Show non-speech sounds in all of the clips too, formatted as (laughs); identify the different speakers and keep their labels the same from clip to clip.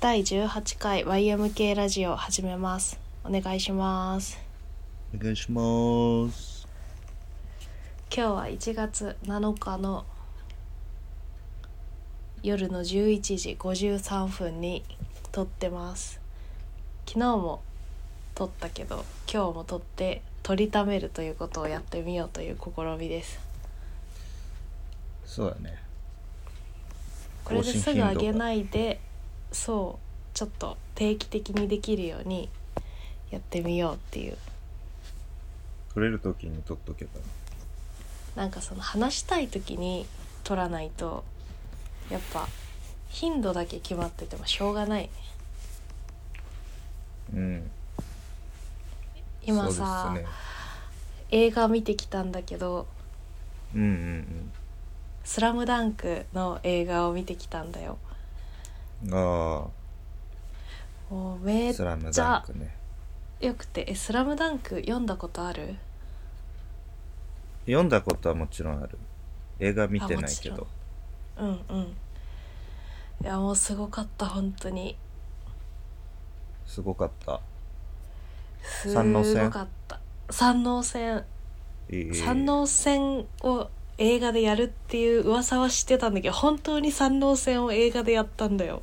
Speaker 1: 第18回 YMK ラジオ始めますお願いします
Speaker 2: お願いします
Speaker 1: 今日は1月7日の夜の11時53分に撮ってます昨日も撮ったけど今日も撮って撮りためるということをやってみようという試みです
Speaker 2: そうだね
Speaker 1: これですぐ上げないいでそうちょっと定期的にできるようにやってみようっていう
Speaker 2: 取れる時に取っとけば
Speaker 1: なんかその話したい時に撮らないとやっぱ頻度だけ決まっててもしょうがない
Speaker 2: うん
Speaker 1: 今さ、
Speaker 2: そうですね
Speaker 1: 映画見てきたんだけど
Speaker 2: うんうん
Speaker 1: 「スラムダンクの映画を見てきたんだよ
Speaker 2: うんあ
Speaker 1: もうめ
Speaker 2: あ
Speaker 1: っ
Speaker 2: スラム
Speaker 1: ち
Speaker 2: ダ
Speaker 1: ゃ
Speaker 2: ンクね
Speaker 1: よくて「えスラムダンク読んだことある
Speaker 2: 読んだことはもちろんある映画見てないけ
Speaker 1: あも
Speaker 2: ど
Speaker 1: うんうんいやもうすごかった本当に
Speaker 2: すごかった
Speaker 1: す
Speaker 2: 三能線
Speaker 1: ごかった三能線
Speaker 2: いい
Speaker 1: 三能線を映画でやるっていう噂は知ってたんだけど本当に三能線を映画でやったんだよ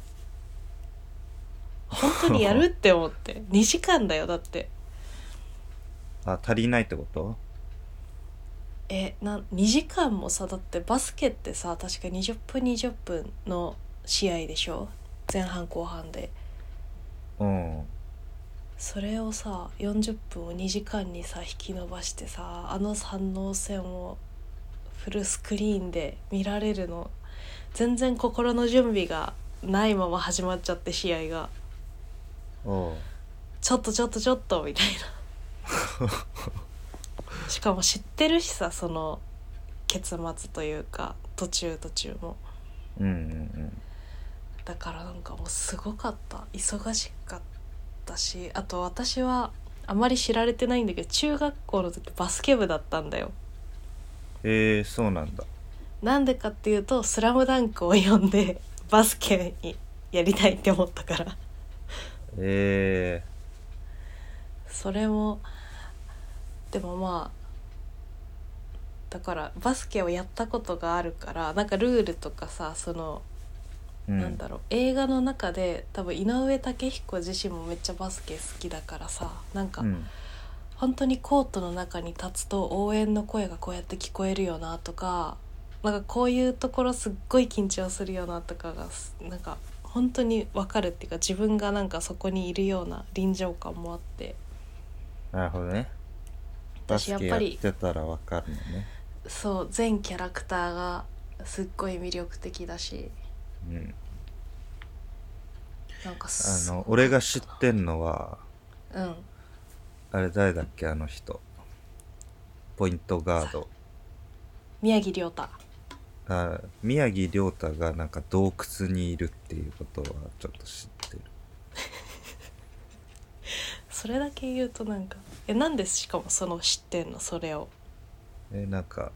Speaker 1: 本当にやるって思って2時間だよだって
Speaker 2: あ足りないってこと
Speaker 1: えな2時間もさだってバスケってさ確か20分20分の試合でしょ前半後半で
Speaker 2: うん
Speaker 1: それをさ40分を2時間にさ引き伸ばしてさあの三能線をフルスクリーンで見られるの全然心の準備がないまま始まっちゃって試合が
Speaker 2: おう
Speaker 1: ちょっとちょっとちょっとみたいなしかも知ってるしさその結末というか途中途中も
Speaker 2: うんうん
Speaker 1: だからなんかもうすごかった忙しかったしあと私はあまり知られてないんだけど中学校の時バスケ部だったんだよ
Speaker 2: うんえー、そうなんだ
Speaker 1: なんでかっていうと「スラムダンクを読んでバスケにやりたいって思ったから
Speaker 2: え
Speaker 1: それもでもまあだからバスケをやったことがあるからなんかルールとかさその
Speaker 2: ー、うん、
Speaker 1: なんだろう映画の中で多分井上武彦自身もめっちゃバスケ好きだからさなんか、
Speaker 2: うん
Speaker 1: 本当にコートの中に立つと応援の声がこうやって聞こえるよなとかなんかこういうところすっごい緊張するよなとかがすなんか本当に分かるっていうか自分がなんかそこにいるような臨場感もあって
Speaker 2: なるほどねバス
Speaker 1: 私やっ
Speaker 2: ケや
Speaker 1: ぱ
Speaker 2: っ
Speaker 1: り
Speaker 2: てたらわかるのね
Speaker 1: そう全キャラクターがすっごい魅力的だし
Speaker 2: うん
Speaker 1: なんか
Speaker 2: あ
Speaker 1: す
Speaker 2: の俺が知ってんのは
Speaker 1: うん
Speaker 2: あれ誰だっけあの人ポイントガード
Speaker 1: 宮城亮太
Speaker 2: あ宮城亮太がなんか洞窟にいるっていうことはちょっと知ってる
Speaker 1: それだけ言うとなんかえなんでしかもその知ってんのそれを
Speaker 2: えなんか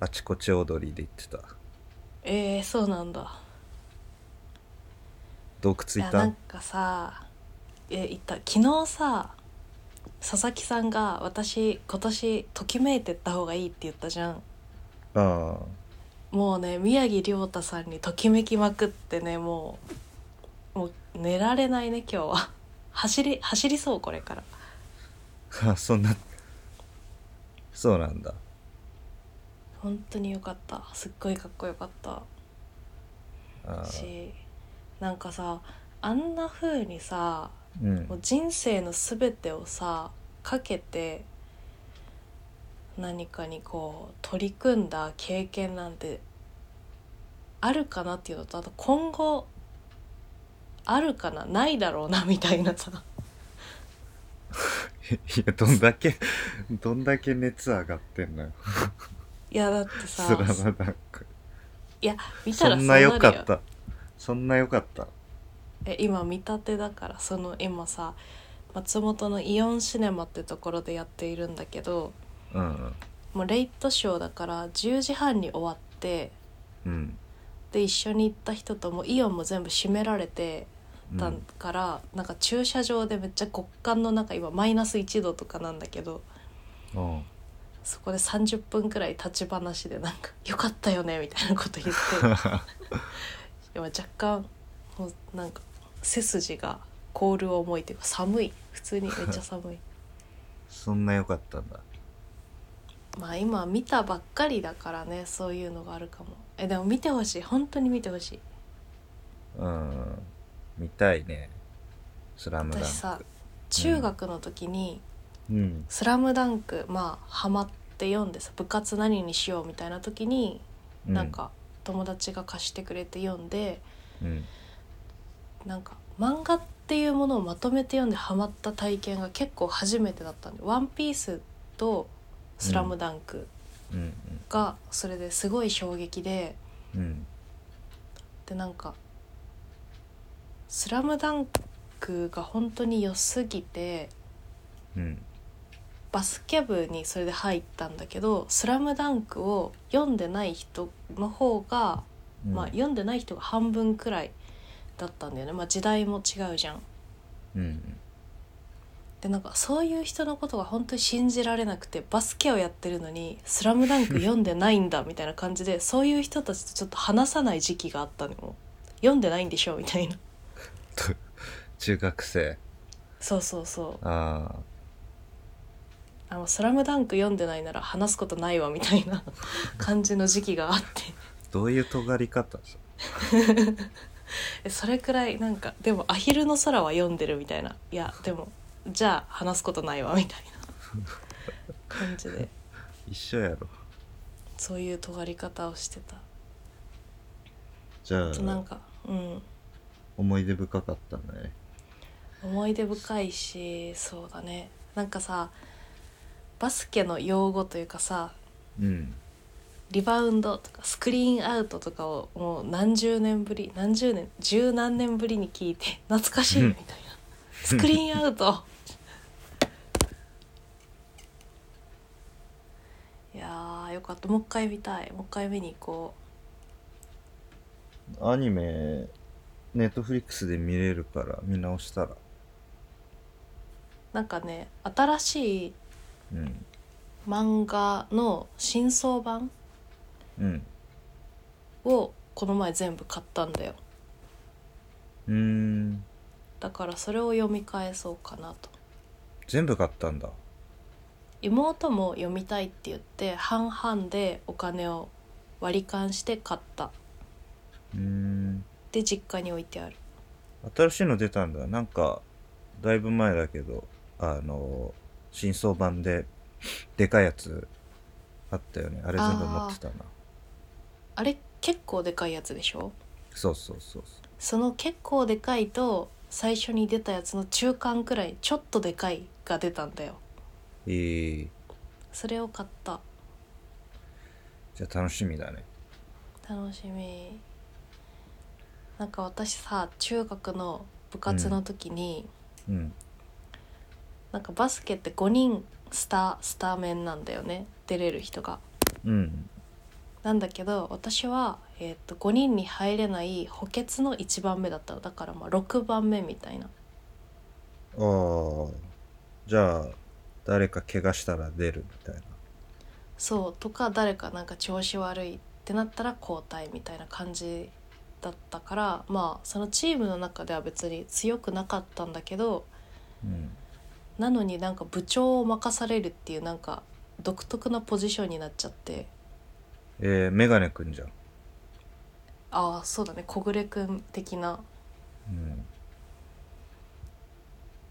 Speaker 2: あちこち踊りで言ってた
Speaker 1: えー、そうなんだ
Speaker 2: 洞
Speaker 1: い
Speaker 2: 窟
Speaker 1: や
Speaker 2: い
Speaker 1: な
Speaker 2: た
Speaker 1: んかさえ言った昨日さ佐々木さんが私今年ときめいてった方がいいって言ったじゃん
Speaker 2: あ
Speaker 1: もうね宮城亮太さんにときめきまくってねもうもう寝られないね今日は (laughs) 走り走りそうこれから
Speaker 2: ーあそんなそうなんだ
Speaker 1: 本当によかったすっごいかっこよかった
Speaker 2: あー
Speaker 1: しなんかさあんな風にさ
Speaker 2: うん
Speaker 1: もう人生の全てをさかけて何かにこう取り組んだ経験なんてあるかなっていうのとあと今後あるかなないだろうなみ (laughs) たいなさ
Speaker 2: いやどんだけどんだけ熱上がってんのよ
Speaker 1: いやだって
Speaker 2: 「ス
Speaker 1: さ
Speaker 2: ラムダンク
Speaker 1: いや見た
Speaker 2: そ
Speaker 1: ら
Speaker 2: ん
Speaker 1: う
Speaker 2: な
Speaker 1: るよ
Speaker 2: 良かったそんな良かった
Speaker 1: え今見立てだからその今さ松本のイオンシネマってところでやっているんだけど
Speaker 2: うんうん
Speaker 1: もうレイトショーだから10時半に終わって
Speaker 2: うん
Speaker 1: で一緒に行った人ともうイオンも全部閉められてったから、なんか駐車場でめっちゃ極寒の中今マイナス1度とかなんだけど
Speaker 2: うん
Speaker 1: そこで30分くらい立ち話でなんか「よかったよね」みたいなこと言って今若干もうなんか背筋が凍る思いというか寒い普通にめっちゃ寒い (laughs)
Speaker 2: そんな良かったんだ
Speaker 1: まあ今見たばっかりだからねそういうのがあるかもえでも見てほしい本当に見てほしい
Speaker 2: うん見たいね「スラムダンク
Speaker 1: 私さ中学の時に
Speaker 2: うん
Speaker 1: 「スラムダンクまあハマって読んでさ部活何にしようみたいな時に、
Speaker 2: う
Speaker 1: なんか友達が貸してくれて読んで
Speaker 2: うん
Speaker 1: なんか漫画っていうものをまとめて読んでハマった体験が結構初めてだったんで「ワンピースと「スラムダンク
Speaker 2: うん
Speaker 1: がそれですごい衝撃で
Speaker 2: うんうん
Speaker 1: でなんか「スラムダンクが本当に良すぎて
Speaker 2: うん
Speaker 1: バスケ部にそれで入ったんだけど「スラムダンクを読んでない人の方が、
Speaker 2: うん
Speaker 1: まあ読んでない人が半分くらいだったんだよね、まあ、時代も違うじゃん。
Speaker 2: うん (laughs)
Speaker 1: でなんかそういう人のことが本当に信じられなくてバスケをやってるのに「スラムダンク読んでないんだみたいな感
Speaker 2: (laughs)
Speaker 1: じでそういう人たちとちょっと話さない時期があったのよ読んでないんでしょみたいな
Speaker 2: 中学生
Speaker 1: そうそうそう
Speaker 2: あ
Speaker 1: あの「スラムダンク読んでないなら話すことないわみたいな感じの時期があって
Speaker 2: あどういう尖り方さ
Speaker 1: えそれくらいなんかでも「アヒルの空」は読んでるみたいないやでもじゃあ話すことないわみたいな感じで
Speaker 2: 一緒やろ
Speaker 1: そういう尖り方をしてた
Speaker 2: じゃ
Speaker 1: あとなん
Speaker 2: あ
Speaker 1: かうん
Speaker 2: 思い出深かったんだね
Speaker 1: 思い出深いしそうだねなんかさバスケの用語というかさ
Speaker 2: うん
Speaker 1: リバウンドとかスクリーンアウトとかをもう何十年ぶり何十年十何年ぶりに聞いて懐かしい
Speaker 2: うん
Speaker 1: みたいなスクリーンアウトいやーよかったもう一回見たいもう一回見に行こ
Speaker 2: アニメネットフリックスで見れるから見直したら
Speaker 1: うなんかね新しい
Speaker 2: うん
Speaker 1: 漫画の新装版
Speaker 2: うん
Speaker 1: をこの前全部買ったんだよ
Speaker 2: うーん
Speaker 1: だからそれを読み返そうかなと
Speaker 2: 全部買ったんだ
Speaker 1: 妹も読みたいって言って半々でお金を割り勘して買った
Speaker 2: うーん
Speaker 1: で実家に置いてある
Speaker 2: 新しいの出たんだなんかだいぶ前だけどあの新装版ででかいやつあったよねあれ全部持ってたな
Speaker 1: あれ結構でかいやつでしょ
Speaker 2: そうそうそうそ
Speaker 1: その結構でかいと最初に出たやつの中間くらいちょっとでかいが出たんだよ
Speaker 2: うええ
Speaker 1: それを買った
Speaker 2: じゃあ楽しみだね
Speaker 1: 楽しみなんか私さ中学の部活の時に、
Speaker 2: うん
Speaker 1: なんかバスケって5人スタースター面なんだよね出れる人が。
Speaker 2: うん
Speaker 1: なんだけど私は、えーっと5人に入れない補欠の1番目だったのだからまあ6番目みたいな
Speaker 2: ああじゃあ誰か怪我したら出るみたいな
Speaker 1: そうとか誰かなんか調子悪いってなったら交代みたいな感じだったからまあそのチームの中では別に強くなかったんだけど
Speaker 2: うん
Speaker 1: なのになんか部長を任されるっていうなんか独特なポジションになっちゃって
Speaker 2: えー、メガネくんじゃん
Speaker 1: ああそうだね小暮君的な
Speaker 2: うん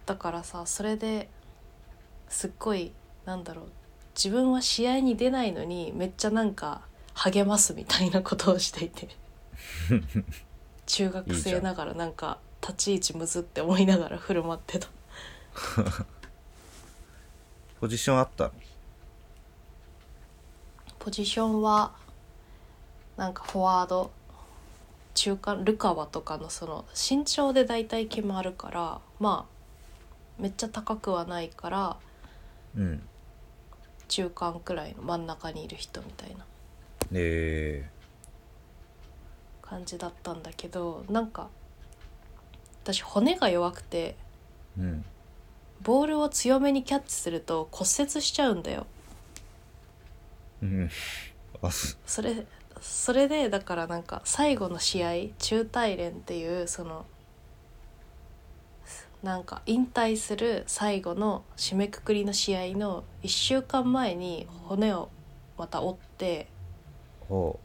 Speaker 1: だからさそれですっごいなんだろう自分は試合に出ないのにめっちゃなんか励ますみたいなことをしていて中学生ながらなんか立ち位置むずって思いながら振る舞ってた
Speaker 2: ポジションあったの
Speaker 1: ポジションはなんかフォワード中間ルカワとかのその身長で大体決まるからまあめっちゃ高くはないから
Speaker 2: うん
Speaker 1: 中間くらいの真ん中にいる人みたいな
Speaker 2: え
Speaker 1: 感じだったんだけどなんか私骨が弱くて
Speaker 2: うん
Speaker 1: ボールを強めにキャッチすると骨折しちゃうんだよ
Speaker 2: うん (laughs) あす
Speaker 1: それそれでだからなんか最後の試合中大連っていうそのなんか引退する最後の締めくくりの試合の1週間前に骨をまた折って
Speaker 2: ほ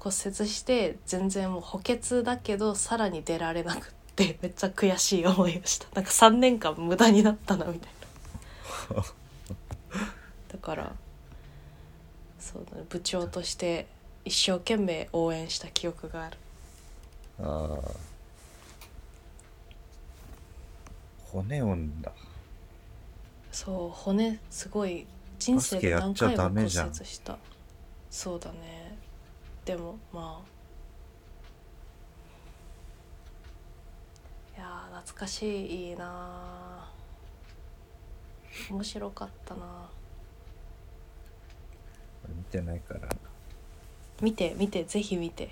Speaker 1: 骨折して全然もう補欠だけどさらに出られなくって (laughs) めっちゃ悔しい思いをしたなんか3年間無駄になったなみたいなだからそうだ、ね、部長として一生懸命応援した記憶がある
Speaker 2: うああ骨折んだ
Speaker 1: そう骨すごい人生で何回も骨折
Speaker 2: バスケやっちゃダメ
Speaker 1: したそうだねでもまあいやー懐かしいいいなー面白かったな
Speaker 2: 見てないから
Speaker 1: 見て見てぜひ見て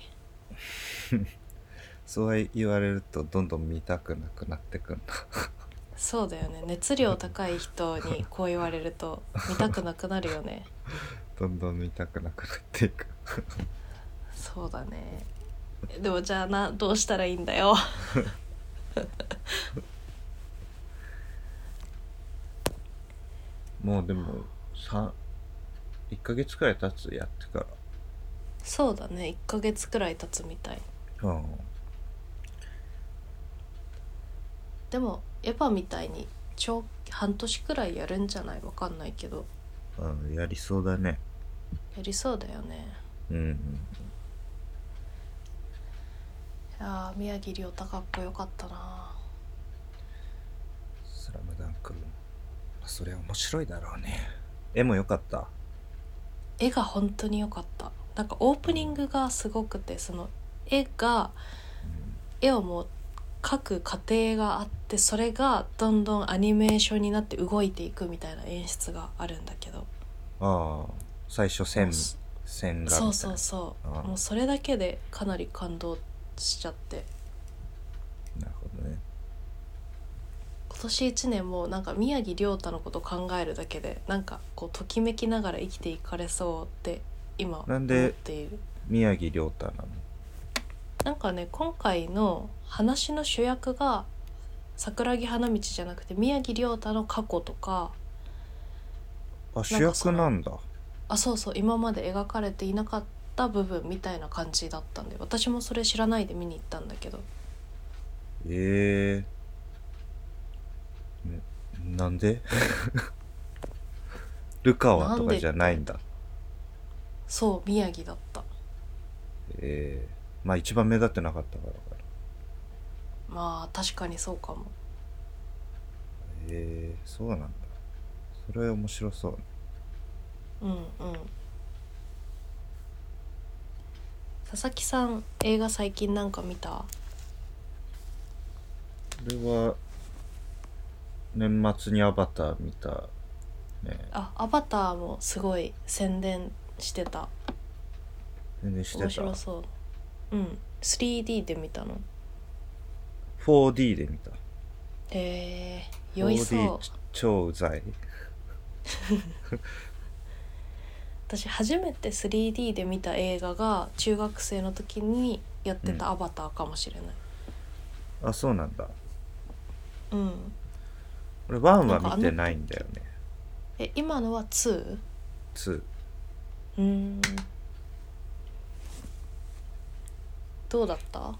Speaker 2: そう言われるとどんどん見たくなくなってくんだ (laughs)
Speaker 1: そうだよね熱量高い人にこう言われると見たくなくなるよね
Speaker 2: どんどん見たくなくなっていく
Speaker 1: そうだねでもじゃあなどうしたらいいんだよ
Speaker 2: (laughs) もうでも3 1ヶ月くらい経つやってか
Speaker 1: そうだね1ヶ月くらい経つみたい
Speaker 2: らうん
Speaker 1: でもエヴァみたいに長半年くらいやるんじゃないわかんないけど
Speaker 2: うんやりそうだね
Speaker 1: やりそうだよね
Speaker 2: うんうん
Speaker 1: いやー宮城亮太かっこよかったな
Speaker 2: スラムダンクもまあそれは面白いだろうね絵も良かった
Speaker 1: 絵が本当に良かったなんかオープニングがすごくてその絵が絵をもう描く過程があってそれがどんどんアニメーションになって動いていくみたいな演出があるんだけど
Speaker 2: ああ最初線
Speaker 1: そ
Speaker 2: 線が
Speaker 1: そうそうそう
Speaker 2: あー
Speaker 1: もうそれだけでかなり感動しちゃって
Speaker 2: なるほどね
Speaker 1: 今年1年もなんか宮城亮太のことを考えるだけでなんかこうときめきながら生きていかれそうって今思
Speaker 2: なん
Speaker 1: っ
Speaker 2: で
Speaker 1: ている
Speaker 2: 宮城亮太なの
Speaker 1: なんかね今回の話の主役が桜木花道じゃなくて宮城亮太の過去とか
Speaker 2: あ主役なんだ
Speaker 1: あそうそう今まで描かれていなかった部分みたいな感じだったんで私もそれ知らないで見に行ったんだけど
Speaker 2: ええんなんで (laughs) ルカワとかじゃないんだ
Speaker 1: そう宮城だった
Speaker 2: ええまあ一番目立ってなかったからかな
Speaker 1: まあ確かにそうかも
Speaker 2: ええそうなんだそれは面白そうね
Speaker 1: うんうん佐々木さん映画最近なんか見た
Speaker 2: これは年末にアバター見たね
Speaker 1: あアバターもすごい宣伝してた
Speaker 2: 全然して
Speaker 1: 面
Speaker 2: た
Speaker 1: 白そううん 3D で見たの
Speaker 2: 4D で見た
Speaker 1: えー、酔いそう
Speaker 2: 4D 超うざい
Speaker 1: 私初めて 3D で見た映画が中学生の時にやって
Speaker 2: う
Speaker 1: た「アバター」かもしれない
Speaker 2: あそうなんだ
Speaker 1: うん、
Speaker 2: 俺1
Speaker 1: なんか
Speaker 2: は
Speaker 1: あの
Speaker 2: 見てないんだよね
Speaker 1: え今のは 2?
Speaker 2: 2
Speaker 1: うーんどうだった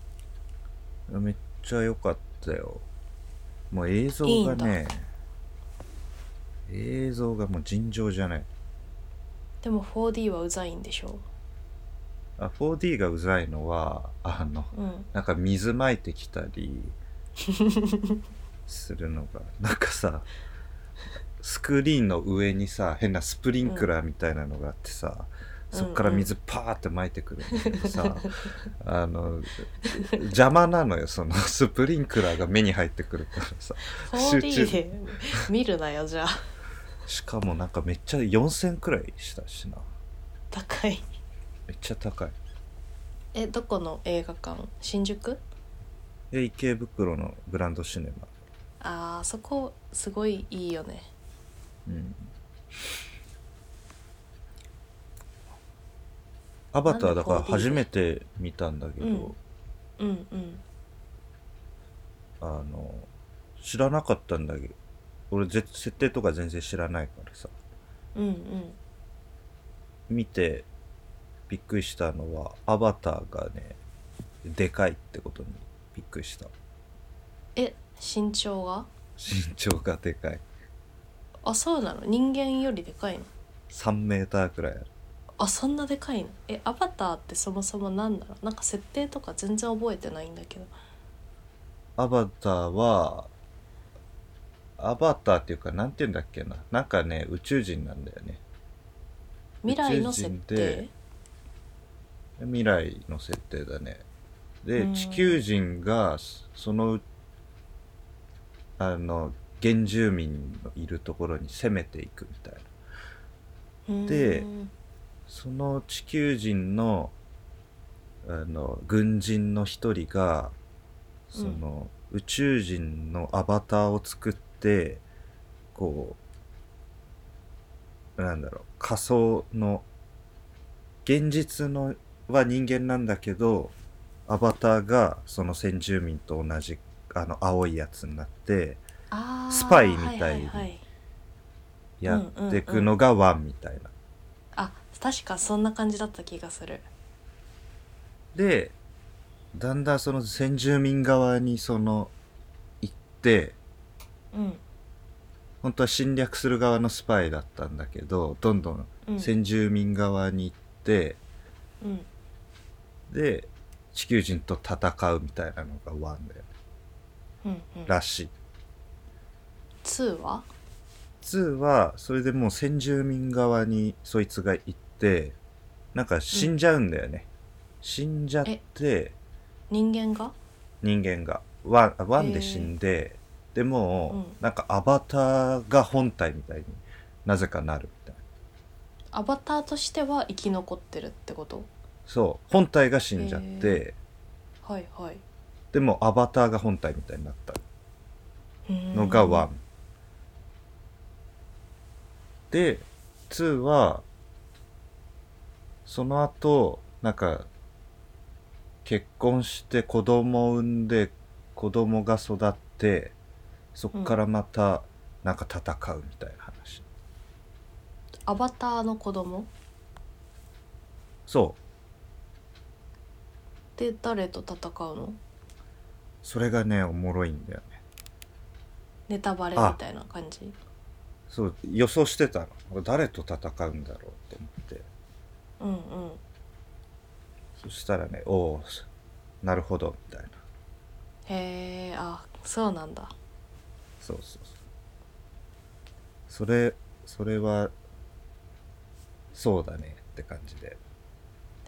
Speaker 2: めっちゃ良かったよもう映像がね映像がもう尋常じゃない
Speaker 1: でも 4D はうざいんでしょ
Speaker 2: あ 4D がうざいのはあの
Speaker 1: うん
Speaker 2: なんか水まいてきた
Speaker 1: (laughs)
Speaker 2: りするのがなんかさスクリーンの上にさ変なスプリンクラーみたいなのがあってさ、
Speaker 1: うん
Speaker 2: そっから水パーってまいてくるんだけどさ、
Speaker 1: (laughs)
Speaker 2: あの邪魔なのよそのスプリンクラーが目に入ってくるからさ集中
Speaker 1: 4D で見るなよじゃあ (laughs)
Speaker 2: しかもなんかめっちゃ4000くらいしたしな
Speaker 1: 高い
Speaker 2: めっちゃ高い
Speaker 1: えどこの映画館新宿
Speaker 2: で池袋のグランドシネマ
Speaker 1: あーそこすごいいいよね
Speaker 2: うんアバターだから初めて見たんだけど、
Speaker 1: うんうんうん
Speaker 2: あの知らなかったんだけど俺ぜ設定とか全然知らないからさ
Speaker 1: うんうん
Speaker 2: 見てびっくりしたのはアバターがねでかいってことにびっくりした
Speaker 1: え身長が
Speaker 2: 身長がでかい
Speaker 1: あそうなの人間よりでかいの
Speaker 2: 3メーターくらいある
Speaker 1: あそんなでかいのえアバターってそもそもなんだろうなんか設定とか全然覚えてないんだけど
Speaker 2: アバターはアバターっていうかなんて言うんだっけななんかね宇宙人なんだよね
Speaker 1: 未来の設
Speaker 2: 宇宙人
Speaker 1: 定
Speaker 2: で未来の設定だね
Speaker 1: う
Speaker 2: で
Speaker 1: ん
Speaker 2: 地球人がそのあの原住民のいるところに攻めていくみたいなで
Speaker 1: うん
Speaker 2: その地球人のあの軍人の一人がその、宇宙人のアバターを作ってこうなんだろう仮想の現実のは人間なんだけどアバターがその先住民と同じあの青いやつになって
Speaker 1: あー
Speaker 2: スパイみたいに
Speaker 1: はははい
Speaker 2: やってくのがワンみたいな。
Speaker 1: あ確かそんな感じだった気がする
Speaker 2: でだんだんその先住民側にその行って
Speaker 1: うん
Speaker 2: 本当は侵略する側のスパイだったんだけどどんどん
Speaker 1: うん
Speaker 2: 先住民側に行って、
Speaker 1: うん
Speaker 2: で地球人と戦うみたいなのがワンだよね
Speaker 1: うんうん
Speaker 2: らしい
Speaker 1: 2は
Speaker 2: 2はそれでもう先住民側にそいつが行ってなんか死んじゃうんだよね、死んじゃって
Speaker 1: 人間が
Speaker 2: 人間がワンワンで死んで、でもう、
Speaker 1: うん
Speaker 2: なんかアバターが本体みたいになぜかなるみたいな
Speaker 1: アバターとしては生き残ってるってこと
Speaker 2: そう本体が死んじゃって、
Speaker 1: へはいはい
Speaker 2: でもアバターが本体みたいになったの
Speaker 1: の
Speaker 2: が1、で2はその後なんか結婚して子供を産んで子供が育ってそっからまたなんか戦うみたいな話、
Speaker 1: アバターの子供
Speaker 2: そう
Speaker 1: で誰と戦うの
Speaker 2: それがねおもろいんだよね
Speaker 1: ネタバレみたいな感じ
Speaker 2: そう予想してたの誰と戦うんだろうと思って
Speaker 1: うんうん
Speaker 2: そしたらねおおなるほどみたいな
Speaker 1: へえあそうなんだ
Speaker 2: そうそうそうそれそれはそうだねって感じで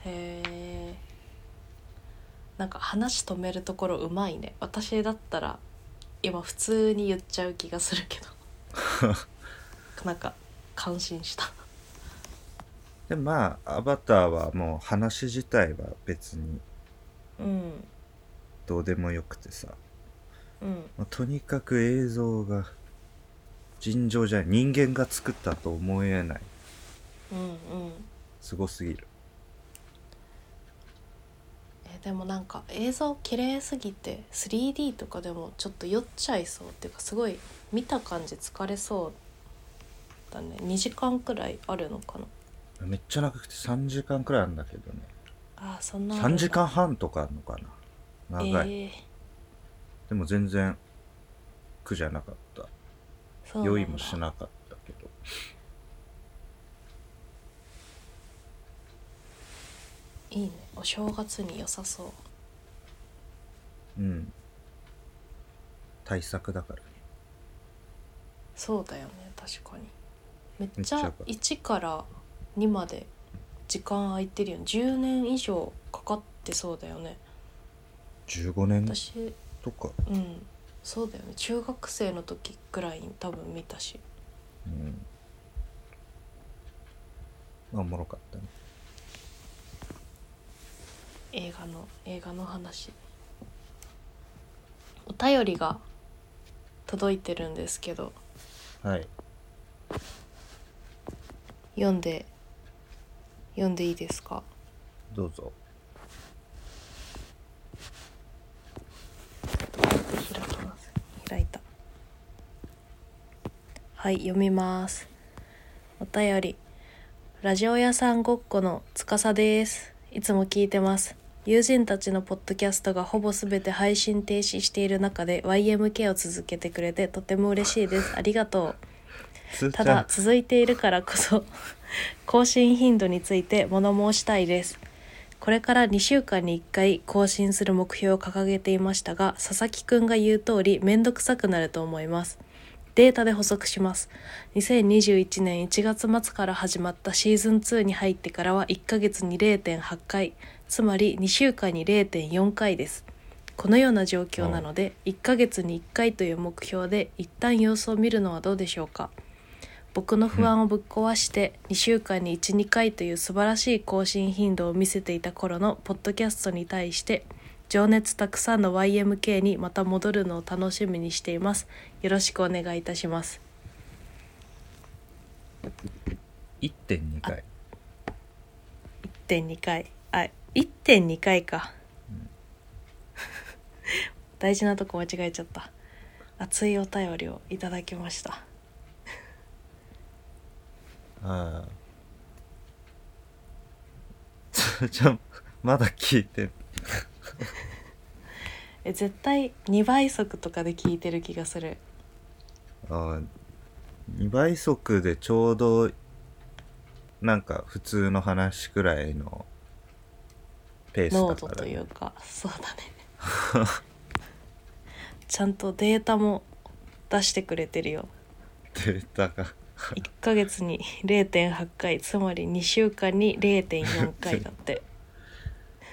Speaker 1: へえなんか話止めるところうまいね私だったら今普通に言っちゃう気がする (laughs) けどなんか感心した
Speaker 2: でまあアバターはもう話自体は別に
Speaker 1: うん
Speaker 2: どうでもよくてさ、
Speaker 1: うん
Speaker 2: まあとにかく映像が尋常じゃない人間が作ったと思えない
Speaker 1: うんうん
Speaker 2: すごすぎる
Speaker 1: えでもなんか映像綺麗すぎて 3D とかでもちょっと酔っちゃいそうっていうかすごい見た感じ疲れそうだね2時間くらいあるのかな
Speaker 2: めっちゃ長くて3時間くらいあるんだけどね
Speaker 1: あーそんなあるん
Speaker 2: 3
Speaker 1: だ
Speaker 2: 時間半とかあるのかな長
Speaker 1: え
Speaker 2: い、
Speaker 1: ー
Speaker 2: でも全然苦じゃなかった
Speaker 1: そうなんだ
Speaker 2: 酔いもしなかったけど
Speaker 1: いいねお正月に良さそう
Speaker 2: うん対策だからね
Speaker 1: そうだよね確かにめっち
Speaker 2: めっち
Speaker 1: ゃ
Speaker 2: ゃ
Speaker 1: 1から2まで時間空いてるよね10年以上かかってそうだよね
Speaker 2: 15年
Speaker 1: 私
Speaker 2: とか、
Speaker 1: うんそうだよね中学生の時ぐらいに多分見たし
Speaker 2: うん、まあおもろかったね
Speaker 1: 映画の映画の話お便りが届いてるんですけど
Speaker 2: はい
Speaker 1: 読んで読んでいいですか
Speaker 2: どうぞ
Speaker 1: 開きます開いたはい読みますお便りラジオ屋さんごっこの司ですいつも聞いてます友人たちのポッドキャストがほぼ全て配信停止している中で YMK を続けてくれてとても嬉しいですありがとう
Speaker 2: つーち
Speaker 1: た
Speaker 2: ゃ
Speaker 1: だ
Speaker 2: ん
Speaker 1: 続いているからこそ (laughs) 更新頻度について物申したいですこれから2週間に1回更新する目標を掲げていましたが佐々木くんが言う通り面倒くさくなると思いますデータで補足します2021年1月末から始まったシーズン2に入ってからは1ヶ月に0.8回つまり2週間に0.4回ですこのような状況なので1ヶ月に1回という目標で一旦様子を見るのはどうでしょうか僕の不安をぶっ壊して2週間に12回という素晴らしい更新頻度を見せていた頃のポッドキャストに対して情熱たくさんの YMK にまた戻るのを楽しみにしていますよろしくお願いいたします
Speaker 2: 1.2回
Speaker 1: 1.2回あ1.2回か、大事なとこ間違えちゃった熱いお便りをいただきました
Speaker 2: ああつーちゃんまだ聞いてん
Speaker 1: え絶対2倍速とかで聞いてる気がする
Speaker 2: あ2倍速でちょうどなんか普通の話くらいのペースだから、
Speaker 1: 濃度というかそうだね (laughs) ちゃんとデータも出してくれてるよ
Speaker 2: データが
Speaker 1: 1ヶ月に0.8回つまり2週間に0.4回だって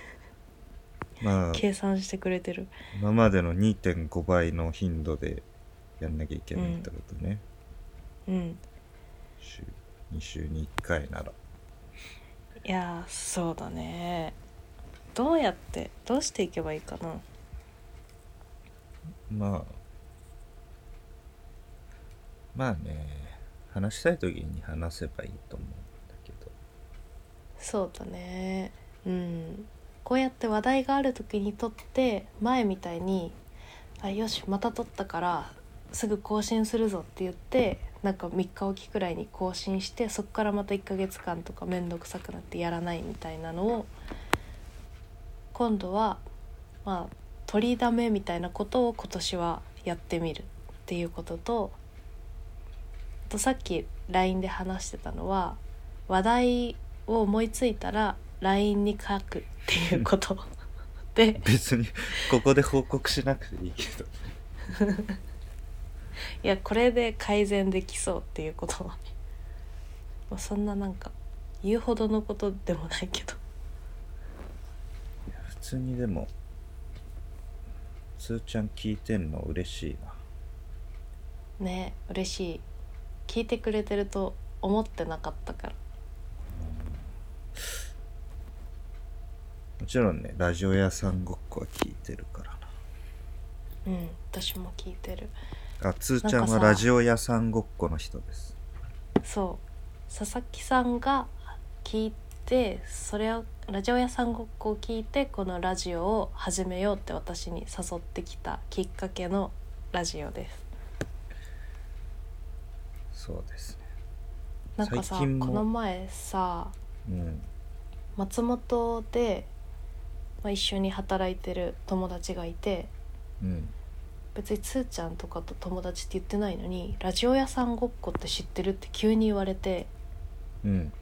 Speaker 2: (laughs) まあ
Speaker 1: 計算してくれてる
Speaker 2: 今までの2.5倍の頻度でやんなきゃいけないってことね、
Speaker 1: うん
Speaker 2: 週2週に1回なら
Speaker 1: いやーそうだねどうやってどうしていけばいいかな
Speaker 2: まあまあね話したい時に話せばいいと思うんだけど
Speaker 1: そうだねうんこうやって話題がある時に撮って前みたいに「あよしまた撮ったからすぐ更新するぞ」って言ってなんか3日おきくらいに更新してそこからまた1ヶ月間とか面倒くさくなってやらないみたいなのを今度はまあ取りだめみたいなことを今年はやってみるっていうこととあとさっき LINE で話してたのは話題を思いついたら LINE に書くっていうことで
Speaker 2: 別にここで報告しなくていいけど
Speaker 1: いやこれで改善できそうっていうことはね、まあ、そんななんか言うほどのことでもないけど
Speaker 2: 普通にでもつーちゃん聞いてんの嬉しいな
Speaker 1: ね嬉しい聞いてくれてると思ってなかったから
Speaker 2: もちろんねラジオ屋さんごっこは聞いてるから
Speaker 1: うん私も聞いてる
Speaker 2: なあつーち
Speaker 1: な
Speaker 2: ゃんは
Speaker 1: んかさ
Speaker 2: ラジオ屋さんごっこの人です
Speaker 1: そう佐々木さんが聞いてそれをラジオ屋さんごっこを聞いてこのラジオを始めようって私に誘ってきたきっかけのラジオです
Speaker 2: そうです
Speaker 1: なんかさ
Speaker 2: 最
Speaker 1: こ
Speaker 2: 近も
Speaker 1: の前さ
Speaker 2: ねうん
Speaker 1: 松本で、まあ、一緒に働いてる友達がいて
Speaker 2: うん
Speaker 1: 別につーちゃんとかと友達って言ってないのに「ラジオ屋さんごっこって知ってる?」って急に言われて
Speaker 2: うん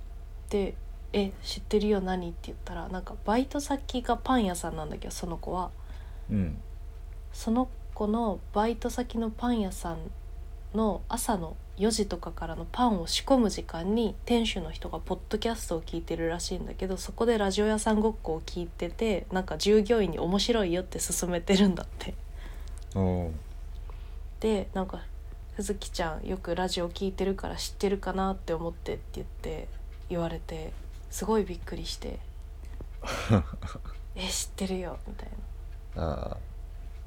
Speaker 1: で「え知ってるよ何?」って言ったらなんかバイト先がパン屋さんなんだけどその子は
Speaker 2: うん
Speaker 1: その子のバイト先のパン屋さんの朝の4時とかからのパンを仕込む時間に店主の人がポッドキャストを聞いてるらしいんだけどそこでラジオ屋さんごっこを聞いててなんか従業員に面白いよって勧めてるんだって。
Speaker 2: おー
Speaker 1: でなんか「鈴木ちゃんよくラジオ聞いてるから知ってるかなって思って」って言って言われてすごいびっくりして「え知ってるよ」みたいな
Speaker 2: あー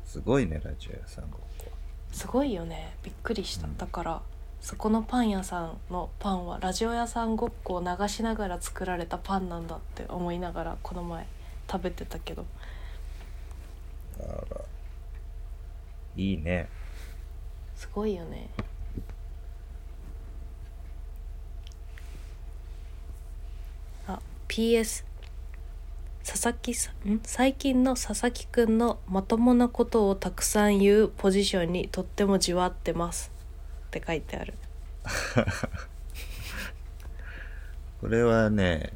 Speaker 2: すごいねラジオ屋さんごっこ
Speaker 1: すごいよねびっくりした、
Speaker 2: うん
Speaker 1: だからそこのパン屋さんのパンはラジオ屋さんごっこを流しながら作られたパンなんだって思いながらこの前食べてたけど
Speaker 2: いいね
Speaker 1: すごいよねあ PS 佐々木さん最近の佐々木くんのまともなことをたくさん言うポジションにとってもじわってますって書いてある
Speaker 2: これはね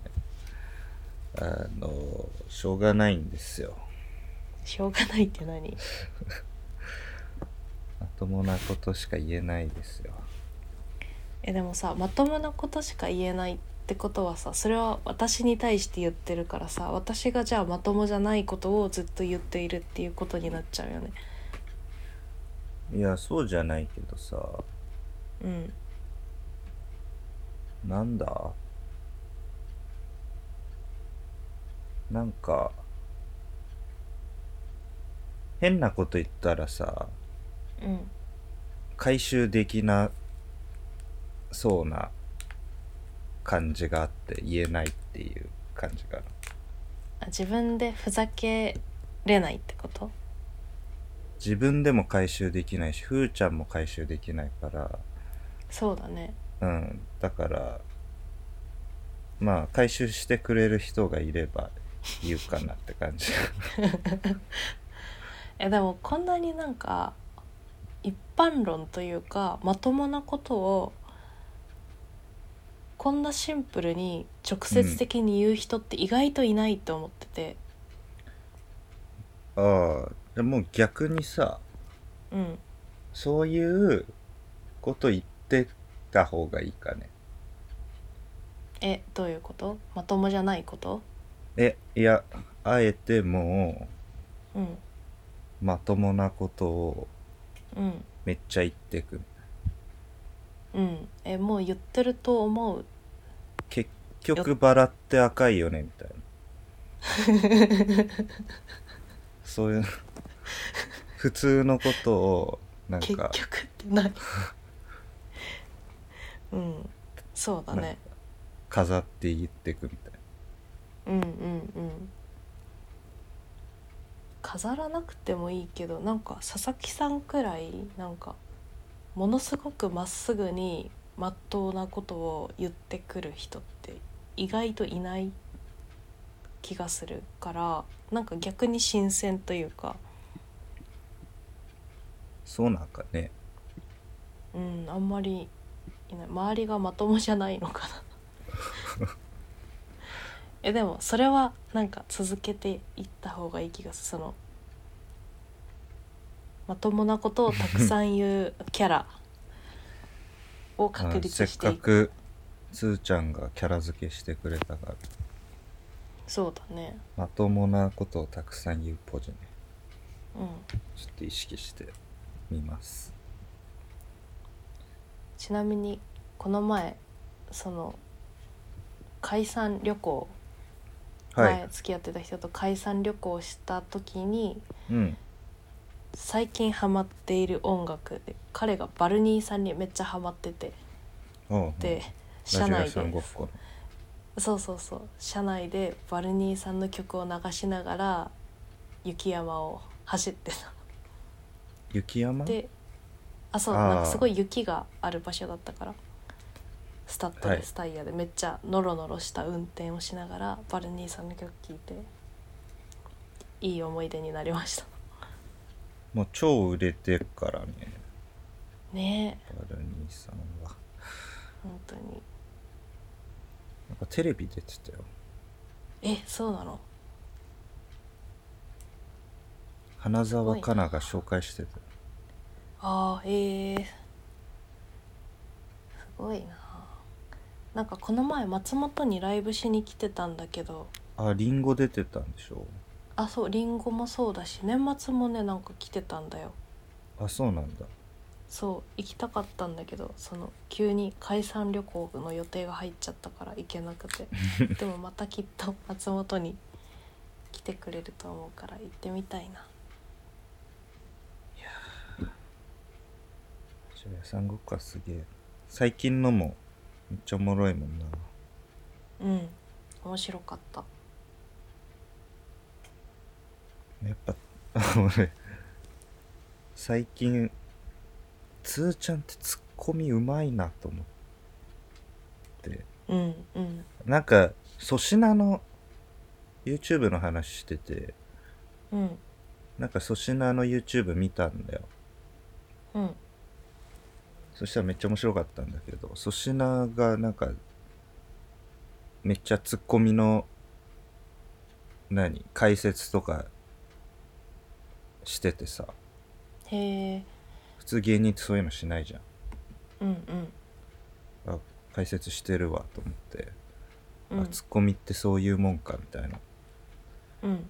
Speaker 2: あのしょうがないんですよ
Speaker 1: しょうがないって何
Speaker 2: まともなことしか言えないですよ
Speaker 1: えでもさまともなことしか言えないってことはさそれは私に対して言ってるからさ私がじゃあまともじゃないことをずっと言っているっていうことになっちゃうよね
Speaker 2: いやそうじゃないけどさ
Speaker 1: うん
Speaker 2: なんだなんか変なこと言ったらさ
Speaker 1: うん
Speaker 2: 回収できなそうな感じがあって言えないっていう感じかな
Speaker 1: あ自分でふざけれないってこと
Speaker 2: 自分でも回収できないしふーちゃんも回収できないから
Speaker 1: そうだね
Speaker 2: うんだからまあ回収してくれる人がいれば言うかなって感じ
Speaker 1: えでもこんなになんか一般論というかまともなことをこんなシンプルに直接的に言う人って意外といないと思ってて
Speaker 2: ああでも逆にさ
Speaker 1: うん
Speaker 2: そういうこと言ってた方がいいかね
Speaker 1: えどういうことまともじゃないこと
Speaker 2: えいやあえても
Speaker 1: うん
Speaker 2: うまともなことを
Speaker 1: うん
Speaker 2: めっちゃ言ってく
Speaker 1: うんえもう言ってると思う
Speaker 2: 結局バラって赤いよねみたいなそういう普通のことをなん
Speaker 1: 結
Speaker 2: か
Speaker 1: 局ってないうんそうだね
Speaker 2: 飾って言ってくみたいな
Speaker 1: うんうんうん飾らなくてもいいけどなんか佐々木さんくらいなんかものすごくまっすぐにまっとうなことを言ってくる人って意外といない気がするからなんか逆に新鮮というか
Speaker 2: そうなんかね
Speaker 1: うんあんまりいない周りがまともじゃないのかな (laughs) えでもそれはなんか続けていった方がいい気がするそのまともなことをたくさん言うキャラを確
Speaker 2: うんせ
Speaker 1: 立
Speaker 2: っ
Speaker 1: して
Speaker 2: か
Speaker 1: いく
Speaker 2: くつーちゃんがキャラ付けしてくれたから
Speaker 1: そうだね
Speaker 2: まともなことをたくさん言うポジね
Speaker 1: うん
Speaker 2: ちょっと意識してみます
Speaker 1: ちなみにこの前その解散旅行、
Speaker 2: はい
Speaker 1: 前付き合ってた人と解散旅行した時に
Speaker 2: うん
Speaker 1: 最近ハマっている音楽で彼がバルニーさんにめっちゃハマってて
Speaker 2: おうおう
Speaker 1: で、
Speaker 2: ラ
Speaker 1: 社
Speaker 2: ジオ屋
Speaker 1: 内
Speaker 2: さんご
Speaker 1: で
Speaker 2: っこの
Speaker 1: そうそうそう社内でバルニーさんの曲を流しながら雪山を走ってた
Speaker 2: 雪山
Speaker 1: であそう
Speaker 2: あー
Speaker 1: なんかすごい雪がある場所だったからスタッドレスタイヤでめっちゃノロノロした運転をしながらバルニーさんの曲聴いていい思い出になりました
Speaker 2: もう超売れてるからね
Speaker 1: ねえ
Speaker 2: バルニーさんは
Speaker 1: 本当に
Speaker 2: なんかテレビ出てたよ
Speaker 1: えそうなの
Speaker 2: 花澤香菜が紹介してた
Speaker 1: ああええすごいななんかこの前松本にライブしに来てたんだけど
Speaker 2: あリンゴ出てたんでしょ
Speaker 1: あそうりんごもそうだし年末もねなんか来てたんだよ
Speaker 2: あそうなんだ
Speaker 1: そう行きたかったんだけどその急に解散旅行の予定が入っちゃったから行けなくてでもまたきっと松本に来てくれると思うから行ってみたいな
Speaker 2: えー、三国かすげえ最近のもめっちゃおもろいもんな
Speaker 1: うん面白かった
Speaker 2: やっぱ俺最近つーちゃんってツッコミうまいなと思って
Speaker 1: うんうん
Speaker 2: なんか粗品の YouTube の話してて
Speaker 1: うん
Speaker 2: なんか粗品の YouTube 見たんだよ
Speaker 1: うん
Speaker 2: そしたらめっちゃ面白かったんだけど粗品がなんかめっちゃツッコミの何解説とかしててさ
Speaker 1: へえ
Speaker 2: 普通芸人ってそういうのしないじゃん
Speaker 1: うんうん
Speaker 2: あ解説してるわと思って、
Speaker 1: うん
Speaker 2: あツッコミってそういうもんかみたいな
Speaker 1: うん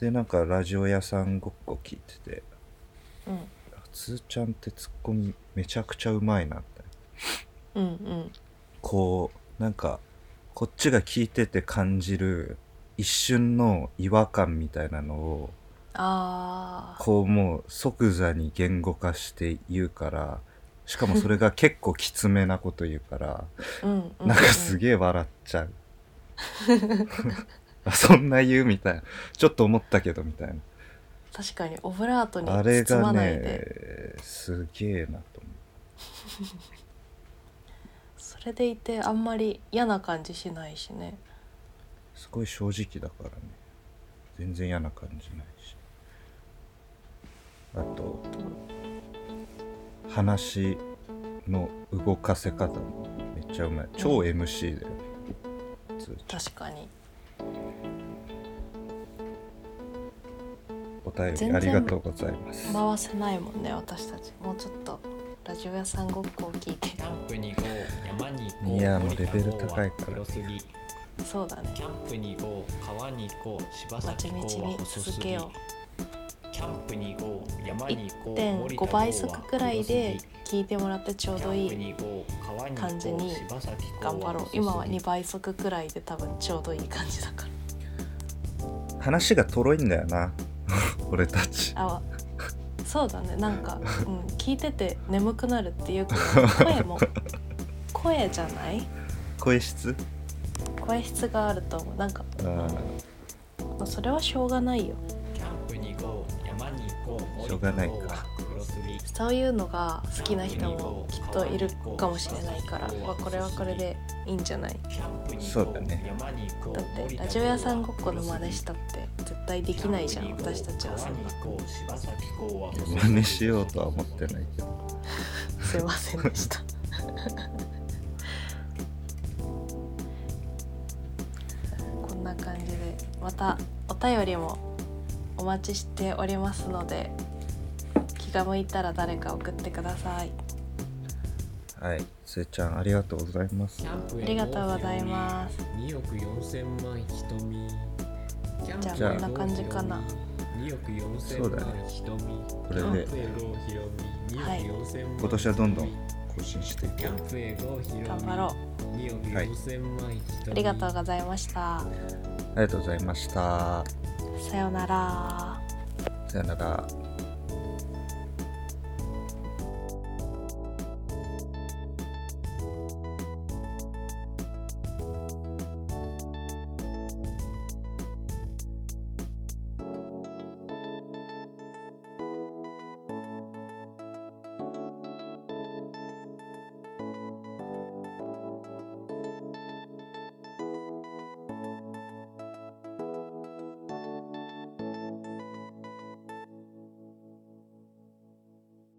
Speaker 2: でなんかラジオ屋さんごっこ聞いてて
Speaker 1: うん
Speaker 2: あつーちゃんってツッコミめちゃくちゃうまいなって
Speaker 1: うんうん
Speaker 2: こうなんかこっちが聞いてて感じる一瞬の違和感みたいなのを
Speaker 1: ああ
Speaker 2: こうもう即座に言語化して言うからしかもそれが結構きつめなこと言うから
Speaker 1: うんうん
Speaker 2: なんかすげえ笑っちゃう (laughs) あそんな言うみたいなちょっと思ったけどみたいな
Speaker 1: 確かにオブラートに
Speaker 2: あれ
Speaker 1: 包
Speaker 2: が
Speaker 1: まないで、
Speaker 2: ねすげえなと思
Speaker 1: それでいてあんまり嫌な感じしないしね
Speaker 2: うすごい正直だからね全然嫌な感じないしあと話の動かせ方もめっちゃうまい超 MC だよね、つーちゃん
Speaker 1: 確かに
Speaker 2: お
Speaker 1: 全
Speaker 2: 便り
Speaker 1: 然
Speaker 2: ありがとうございます
Speaker 1: 回せないもんね私たちもうちょっとラジオ屋さんごっこを聞いて
Speaker 3: キャンプに行こう山に行こう
Speaker 2: いやもう
Speaker 3: 森田
Speaker 2: レベル高いから
Speaker 3: 黒すぎ
Speaker 1: そうだね
Speaker 3: キャンプに行こう川に行こう柴
Speaker 1: まち
Speaker 3: 咲
Speaker 1: み
Speaker 3: コ
Speaker 1: ち
Speaker 3: ウは
Speaker 1: に
Speaker 3: 細す
Speaker 1: 続
Speaker 3: ぎ
Speaker 1: けよ
Speaker 3: キャンプに行こう山
Speaker 1: う
Speaker 3: に行こう森田
Speaker 1: 1.5
Speaker 3: 剛は
Speaker 1: 倍速くらいで
Speaker 3: 黒すぎ
Speaker 1: 聞いてもらってちょうどい
Speaker 3: キャンプ
Speaker 1: い
Speaker 3: に行こう川に行こう
Speaker 1: 感じに
Speaker 3: 柴咲コウ
Speaker 1: 頑張ろう
Speaker 3: 細すぎ
Speaker 1: 今は2倍速くらいで多分ちょうどいい感じだから
Speaker 2: 話がとろいんだよな (laughs) 俺たち
Speaker 1: あそうだねなん (laughs) か、うん、聞いてて眠くなるって (laughs) いうか声も声じゃない
Speaker 2: 声質
Speaker 1: 声質があると思うなんか
Speaker 2: あー
Speaker 1: それはしょうがないよ
Speaker 3: キャンプに行こう山に行こう
Speaker 2: しょうがないか
Speaker 3: 森田剛は黒すぎ
Speaker 1: そういうのが好きな人もきっといるかもしれないから、まあ、これはこれでいいんじゃない
Speaker 3: キャンプに
Speaker 2: そ
Speaker 3: 行こ
Speaker 2: うだ
Speaker 3: う
Speaker 2: ね
Speaker 3: 山に行こう
Speaker 1: だってラジオ屋さんごっこの真似したって絶対できないじゃん私たちはそんな
Speaker 2: 真似しようとは思ってないけど
Speaker 1: すいませんでした (laughs) こんな感じでまたお便りもお待ちしておりますので気が向いたら誰か送ってください
Speaker 2: はいつーちゃんありがとうございます
Speaker 1: ありがとうございます
Speaker 3: 2億4000万瞳
Speaker 1: じ
Speaker 2: ゃあこん
Speaker 1: な感じかな
Speaker 3: 2億
Speaker 2: そう
Speaker 3: 4000
Speaker 2: だ
Speaker 3: 万瞳
Speaker 2: これで
Speaker 1: はい
Speaker 2: 今年はどんどん更新してい
Speaker 3: キ
Speaker 2: こ
Speaker 3: ャンプへゴーヒロミ
Speaker 1: 頑張ろ
Speaker 3: 2億
Speaker 2: はい
Speaker 3: 4000万
Speaker 1: う
Speaker 3: 瞳
Speaker 1: ありがとうございました
Speaker 2: うありがとうございました
Speaker 1: さようなら
Speaker 2: さよなら